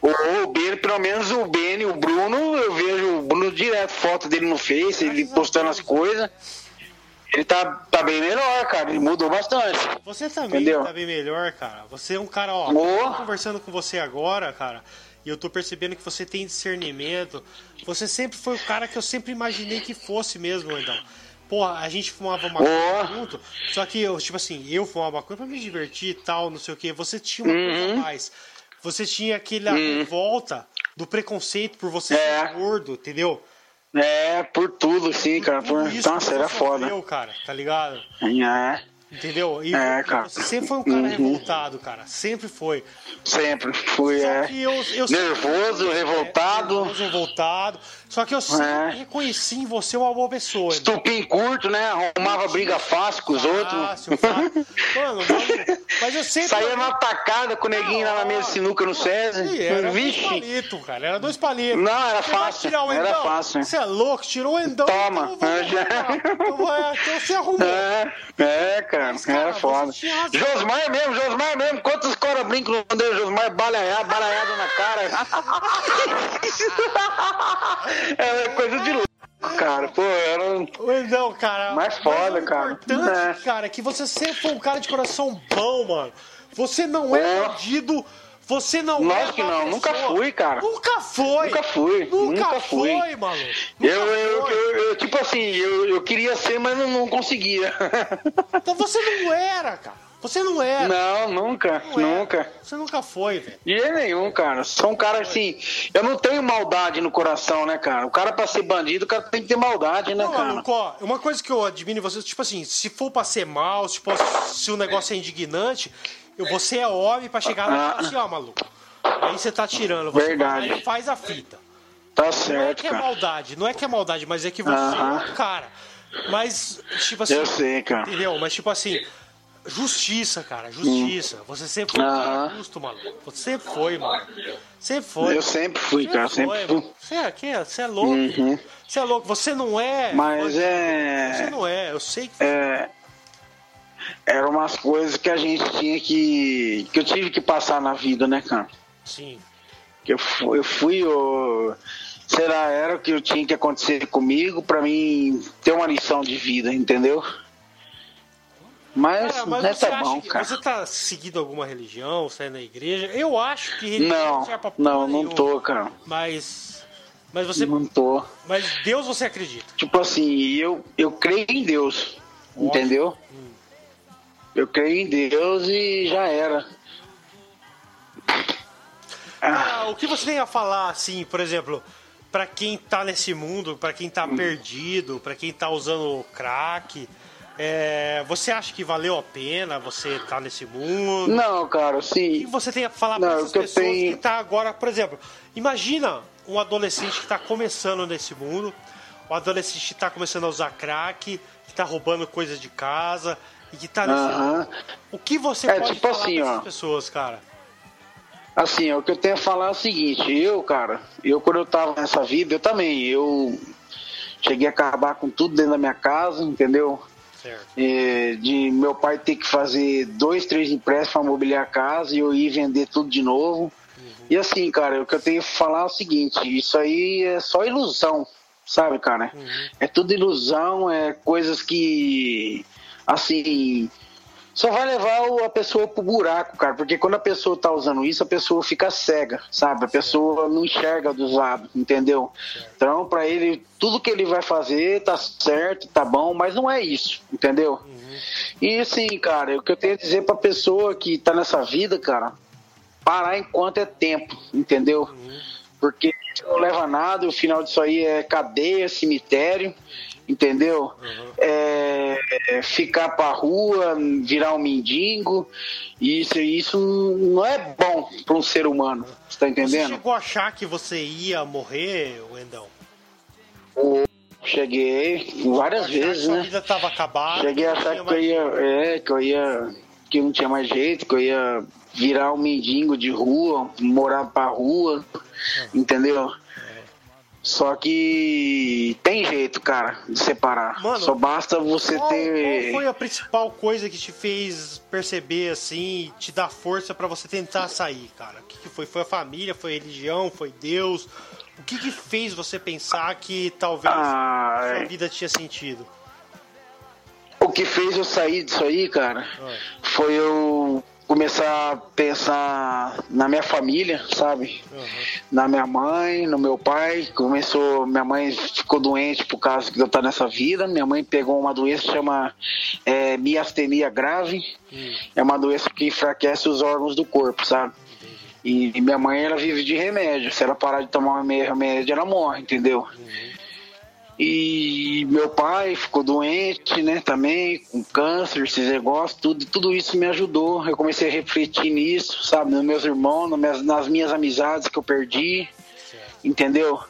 O, o Beni, pelo menos o Beni, o Bruno, eu vejo o Bruno direto, foto dele no Face, ele postando as coisas. Ele tá, tá bem melhor, cara, ele mudou bastante. Você também Entendeu? tá bem melhor, cara. Você é um cara, ó. Boa. eu tô conversando com você agora, cara. E eu tô percebendo que você tem discernimento. Você sempre foi o cara que eu sempre imaginei que fosse mesmo, então. Porra, a gente fumava maconha Boa. junto. Só que eu, tipo assim, eu fumava maconha pra me divertir e tal, não sei o quê. Você tinha uma coisa Uhum. a mais. Você tinha aquela revolta do preconceito por você É. ser gordo, entendeu? É, por tudo, sim, cara. Por... Tudo isso que Nossa, era você foda. sofreu, cara, tá ligado? É, Entendeu? E É, cara. você sempre foi um cara Uhum. revoltado, cara. Sempre foi. sempre fui, Só é. que eu, eu Nervoso, é, revoltado. nervoso, revoltado. Só que eu sempre É. reconheci em você uma boa pessoa. né? Estupim curto, né? Arrumava briga fácil com os outros. Fácil, fácil. Mano, <laughs> mas, mas eu sempre. Saía na tacada com o neguinho lá na mesa de sinuca no Ih, César. Era dois Vixe, palitos, cara. Era dois palitos. Não, era Você vai fácil, tirar o era endão? fácil. Você é louco, tirou o endão. Toma, Então, eu <laughs> vou é, arrumar. então, vai- já. então você arrumou. É, é, cara, Mas, cara, era você foda. tinha razão. Josmar é mesmo, Josmar mesmo. Quantos caras brincam quando eu Josmar balaiado, balaiado na cara? <laughs> é coisa de louco, cara. Pô, era um. O Endão, cara. Mas foda, mas o cara. importante, É. cara, é que você sempre foi um cara de coração bom, mano. Você não é É. bandido. Você não é. Lógico que uma não, nunca pessoa- fui, cara. Nunca foi. Nunca fui, Nunca, nunca foi, fui. mano. Nunca Eu, eu, foi. eu, eu, tipo assim, eu, eu queria ser, mas eu não conseguia. <laughs> Então você não era, cara. Você não era. Não, nunca, não é. era. nunca. Você nunca foi, velho. De jeito nenhum, cara. Sou um cara assim. Eu não tenho maldade no coração, né, cara? O cara, pra ser bandido, o cara tem que ter maldade, né, Não, cara? Maluco, ó, uma coisa que eu admiro em você, tipo assim, se for pra ser mal, se, for, se o negócio é indignante, eu, você é homem pra chegar lá e falar assim, ó, maluco. Aí você tá tirando, você Verdade. vai lá e faz a fita. Tá Não é certo, que é cara. maldade, não é que é maldade, mas é que você é Aham. um cara. Mas, tipo assim. Eu sei, cara. Entendeu? Mas, tipo assim. Justiça, cara, justiça. Você sempre foi um cara Aham. justo, mano. Você sempre foi, mano. Sempre foi. Eu sempre fui, cara. Você Sempre foi, fui. mano. Você é, que é, você é louco. Uhum. Você é louco. Você não é. Mas Você é. não é. Eu sei que. é eram umas coisas que a gente tinha que. que eu tive que passar na vida, né, cara? Sim. que eu fui, eu fui o será era o que eu tinha que acontecer comigo pra mim ter uma lição de vida, entendeu? Mas, Cara, mas né, você tá acha bom, que cara. você tá seguindo alguma religião, você é na igreja? Eu acho que religião Não, serve pra porra não, não nenhuma. tô, cara. Mas. Mas você. Não tô. Mas Deus você acredita. Tipo assim, eu, eu creio em Deus, entendeu? Eu creio em Deus e já era. Ah, o que você tem a falar, assim, por exemplo, pra quem tá nesse mundo, pra quem Hum. tá perdido, pra quem tá usando crack, é, você acha que valeu a pena você tá nesse mundo? Não, cara, O que assim, você tem a falar pra Não, essas o que eu pessoas tenho- que tá agora, por exemplo, imagina um adolescente que tá começando nesse mundo, um adolescente que tá começando a usar crack, que tá roubando coisas de casa e que tá nesse aham. O que você É, pode tipo falar assim, pra essas ó. pessoas, cara? Assim, ó, o que eu tenho a falar é o seguinte, eu, cara, eu quando eu tava nessa vida, eu também, eu cheguei a acabar com tudo dentro da minha casa, entendeu? Certo. É, de meu pai ter que fazer dois, três empréstimos para mobiliar a casa e eu ir vender tudo de novo. E assim, cara, o que eu tenho que falar é o seguinte, isso aí é só ilusão, sabe, cara? É tudo ilusão, é coisas que, assim, só vai levar o- a pessoa pro buraco, cara, porque quando a pessoa tá usando isso, a pessoa fica cega, sabe? A pessoa não enxerga dos lados, entendeu? Então, pra ele, tudo que ele vai fazer tá certo, tá bom, mas não é isso, entendeu? E assim, cara, o que eu tenho a dizer pra pessoa que tá nessa vida, cara, parar enquanto é tempo, entendeu? Porque isso não leva a nada, o final disso aí é cadeia, cemitério, entendeu? É, é ficar pra rua, virar um mendigo, e isso, isso não é bom pra um ser humano, você tá Você entendendo? chegou a achar que você ia morrer, Wendão? Cheguei várias Achar que vezes, sua né? vida tava acabada. Cheguei a não achar tinha que eu mais- ia. É, que eu ia. Que não tinha mais jeito, que eu ia virar um mendigo de rua, morar pra rua, entendeu? Só que tem jeito, cara, de separar. Mano, Só basta você Qual, qual ter. foi a principal coisa que te fez perceber assim, te dar força pra você tentar sair, cara? O que, que foi? Foi a família? Foi a religião? Foi Deus? O que, que fez você pensar que talvez Ah, sua é. vida tinha sentido? O que fez eu sair disso aí, cara, É. foi eu começar a pensar na minha família, sabe? Na minha mãe, no meu pai. Começou, minha mãe ficou doente por causa que eu tá nessa vida. Minha mãe pegou uma doença que chama eh, miastenia grave. É uma doença que enfraquece os órgãos do corpo, sabe? E, e minha mãe, ela vive de remédio. Se ela parar de tomar reme- remédio, ela morre, entendeu? E meu pai ficou doente, né, também, com câncer, esses negócios, tudo, tudo isso me ajudou. Eu comecei a refletir nisso, sabe, nos meus irmãos, nas minhas, nas minhas amizades que eu perdi, entendeu?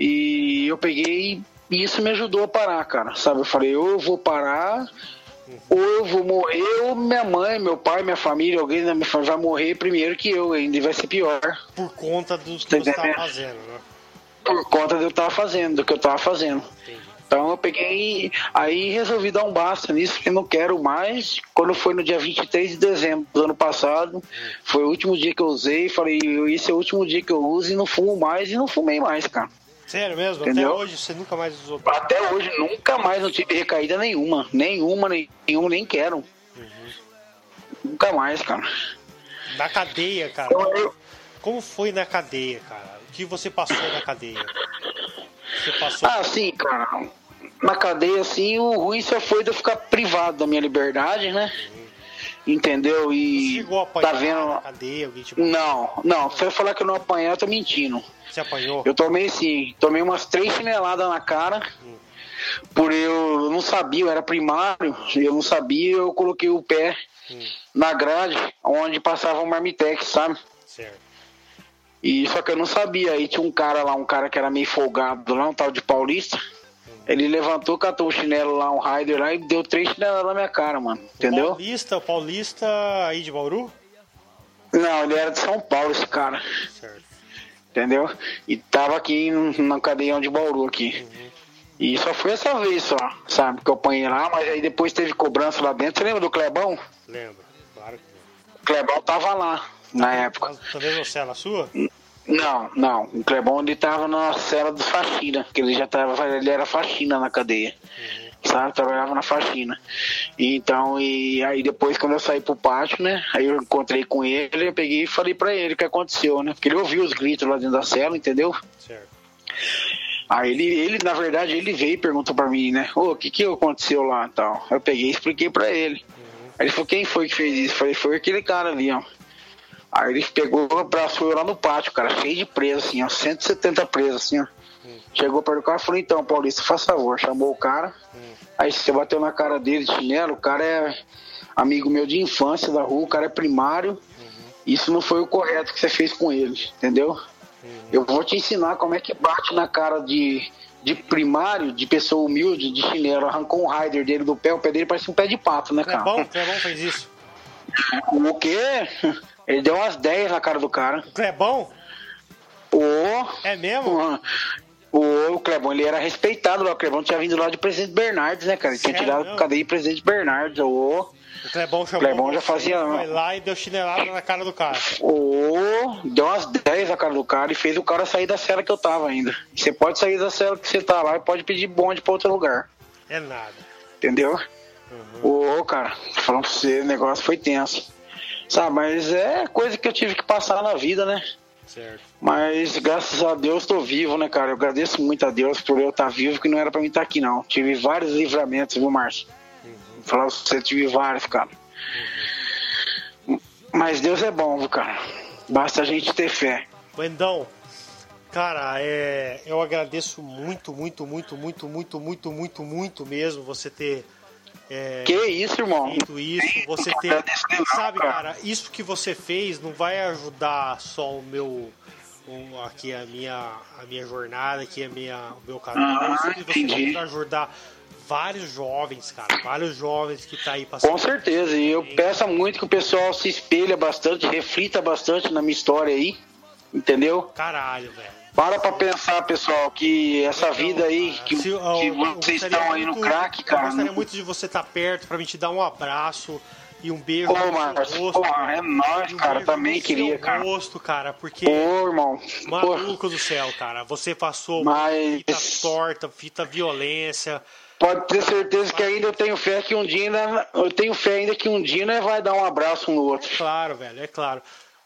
E eu peguei e isso me ajudou a parar, cara, sabe? Eu falei, ou eu vou parar, ou eu vou morrer, ou minha mãe, meu pai, minha família, alguém da minha família vai morrer primeiro que eu ainda, e vai ser pior Por conta do que Tá você tava entendendo? fazendo, né? por conta do que eu tava fazendo, do que eu tava fazendo. Então eu peguei, aí resolvi dar um basta nisso, que não quero mais. Quando foi no dia 23 de dezembro do ano passado, foi o último dia que eu usei, falei, esse é o último dia que eu uso e não fumo mais e não fumei mais, cara. Sério mesmo? Entendeu? Até hoje você nunca mais usou. Até hoje nunca mais não tive recaída nenhuma, nenhuma, nenhuma, nem quero. Nunca mais, cara. Na cadeia, cara. Então, eu, Como foi na cadeia, cara? O que você passou na cadeia? Você passou. Ah, sim, cara. Na cadeia, assim, o ruim só foi de eu ficar privado da minha liberdade, né? entendeu? Você E chegou a apanhar tá na vendo. cadeia, alguém te Não, não, se eu falar que eu não apanhei, eu tô mentindo. Você apanhou? Eu tomei sim, tomei umas três chineladas na cara. Por eu eu não sabia, eu era primário, eu não sabia, eu coloquei o pé Hum. na grade onde passava um marmitex, sabe? Certo. E só que eu não sabia. Aí tinha um cara lá, um cara que era meio folgado lá, um tal de paulista. Ele levantou, catou o chinelo lá, um rider lá e deu três chineladas na minha cara, mano. Entendeu? Paulista, paulista aí de Bauru? Não, ele era de São Paulo, esse cara. Certo. Entendeu? E tava aqui em- na cadeião de Bauru aqui. E só foi essa vez só, sabe? Que eu apanhei lá, mas aí depois teve cobrança lá dentro. Você lembra do Clebão? Lembro, claro que lembro. O Clebão tava lá na época. Mas Talvez você era a sua? Não, não. O Clebão ele tava na cela dos faxina, que ele já tava, ele era faxina na cadeia. Sabe, trabalhava na faxina. E Então, e aí depois quando eu saí pro pátio, né? Aí eu encontrei com ele, eu peguei e falei pra ele o que aconteceu, né? Porque ele ouviu os gritos lá dentro da cela, entendeu? Certo. Aí ele, ele, na verdade, ele veio e perguntou pra mim, né? Ô, o que que aconteceu lá e tal? Eu peguei e expliquei pra ele. Aí ele falou, quem foi que fez isso? Eu falei, foi aquele cara ali, ó. Aí ele pegou o braço, foi lá no pátio, cara, cheio de presos, assim, ó, 170 presos, assim, ó. Chegou perto do cara e falou, então, Paulista, faz favor. Chamou o cara. Aí você bateu na cara dele de chinelo, o cara é amigo meu de infância da rua, o cara é primário. Isso não foi o correto que você fez com ele, entendeu? Eu vou te ensinar como é que bate na cara de, de primário, de pessoa humilde, de chinelo. Arrancou um rider dele do pé, o pé dele parece um pé de pato, É né, cara? Clebão, Clebão fez isso. <laughs> O quê? <laughs> Ele deu umas 10 na cara do cara. Clebão? Ô, É mesmo? Porra. O, o Clebão, ele era respeitado lá. O Clebão tinha vindo lá de Presidente Bernardes, né, cara? Ele tinha Sério tirado mesmo? a cadeia de Presidente Bernardes. O, O Clebão chamou. Clebão já você, fazia- né? Foi lá e deu chinelada na cara do cara. o, deu umas 10 na cara do cara e fez o cara sair da cela que eu tava ainda. Você pode sair da cela que você tá lá e pode pedir bonde pra outro lugar. É nada. Entendeu? Uhum. Ô, cara, tô falando pra você, o negócio foi tenso. Sabe, mas é coisa que eu tive que passar na vida, né? Certo. Mas graças a Deus tô vivo, né, cara? Eu agradeço muito a Deus por eu estar vivo, que não era pra mim estar aqui, não. Tive vários livramentos, viu, Márcio? Uhum. Vou falar pra você, tive vários, cara. Uhum. Mas Deus é bom, viu, cara? Basta a gente ter fé. Wendão, cara, é, eu agradeço muito, muito, muito, muito, muito, muito, muito, muito mesmo você ter é, Que isso, irmão? feito isso, você um ter. Sabe, cara, isso que você fez não vai ajudar só o meu. o- aqui a minha, a minha jornada, aqui a minha, o meu canal. Ah, Isso que você entendi. fez vai ajudar vários jovens, cara. Vários jovens que tá aí passando. Com certeza, e eu peço muito que o pessoal se espelha bastante, reflita bastante na minha história aí, entendeu? Caralho, velho. Para pra pensar, pessoal, que essa vida aí, Cara, que, Então, se- que eu- eu vocês gostaria estão aí no muito- crack, Eu cara. gostaria não- muito de você estar perto pra mim te dar um abraço e um beijo Ô, no seu Marcos, rosto. porra, cara. é nóis, E um cara, beijo também no queria, seu cara. rosto, cara, porque. Pô, irmão. Pô, Maluco do céu, cara. Você passou Mas- fita torta, fita violência. pode ter certeza que ainda eu tenho fé que um dia ainda, eu tenho fé ainda que um dia né, vai dar um abraço um no outro. Claro, velho, é claro.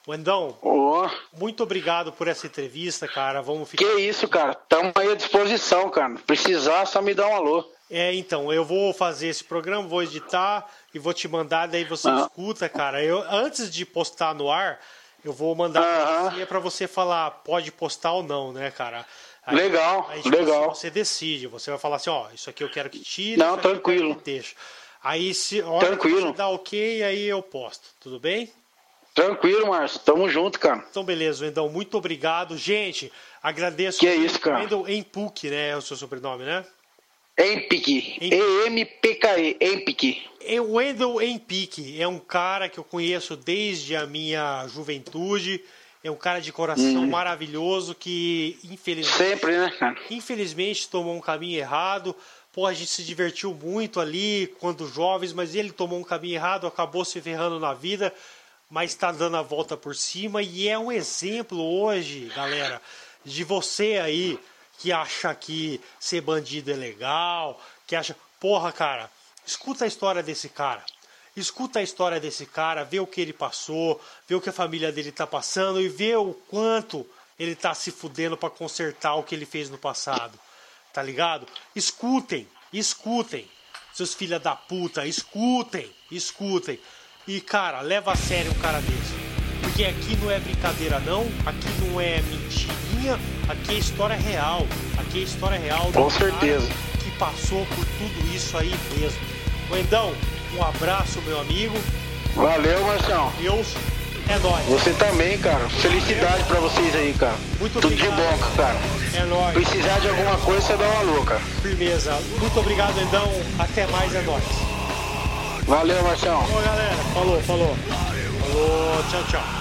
Wendão, Ô, muito obrigado por essa entrevista, cara. Vamos que ficar. isso, cara? Tamo aí à disposição, cara. Precisar, só me dá um alô. É, então, eu vou fazer esse programa, vou editar e vou te mandar, daí você Ah. escuta, cara. Eu, antes de postar no ar, eu vou mandar Aham. pra você pra você falar pode postar ou não, né, cara? Legal, tipo legal. assim, você decide, você vai falar assim, ó, isso aqui eu quero que tire, Não, isso aqui eu quero tranquilo. que deixe. Aí se a hora Tranquilo. que você dá ok, aí eu posto, tudo bem? Tranquilo, Márcio. Tamo junto, cara. Então, beleza, Wendão, muito obrigado. Gente, agradeço. Que é isso, cara. Wendel Empuc, né, é o seu sobrenome, né? EMPIC. E-M-P-K-E. EMPIC. E É O Wendell Empique é um cara que eu conheço desde a minha juventude. É um cara de coração maravilhoso que, infelizmente, Sempre, né, cara? infelizmente tomou um caminho errado. Pô, a gente se divertiu muito ali quando jovens, mas ele tomou um caminho errado, acabou se ferrando na vida, mas tá dando a volta por cima e é um exemplo hoje, galera, de você aí que acha que ser bandido é legal, que acha, porra, cara, escuta a história desse cara. Escuta a história desse cara, vê o que ele passou, vê o que a família dele tá passando e vê o quanto ele tá se fudendo pra consertar o que ele fez no passado. Tá ligado? Escutem, escutem, seus filha da puta, escutem, escutem. E, cara, leva a sério um cara desse. Porque aqui não é brincadeira, não. Aqui não é mentirinha. Aqui é história real. Aqui é história real. do Com cara certeza. Que passou por tudo isso aí mesmo. Então, um abraço, meu amigo. Valeu, Marcião. Deus é nóis. Você também, cara. Felicidade pra vocês aí, cara. Muito Tudo de obrigado. bom, cara. É nóis. Precisar de alguma coisa, você dá um uma louca. Firmeza. Muito obrigado, então. Até mais, é nóis. Valeu, Marcião. Bom, galera. Falou, falou. Falou, tchau, tchau.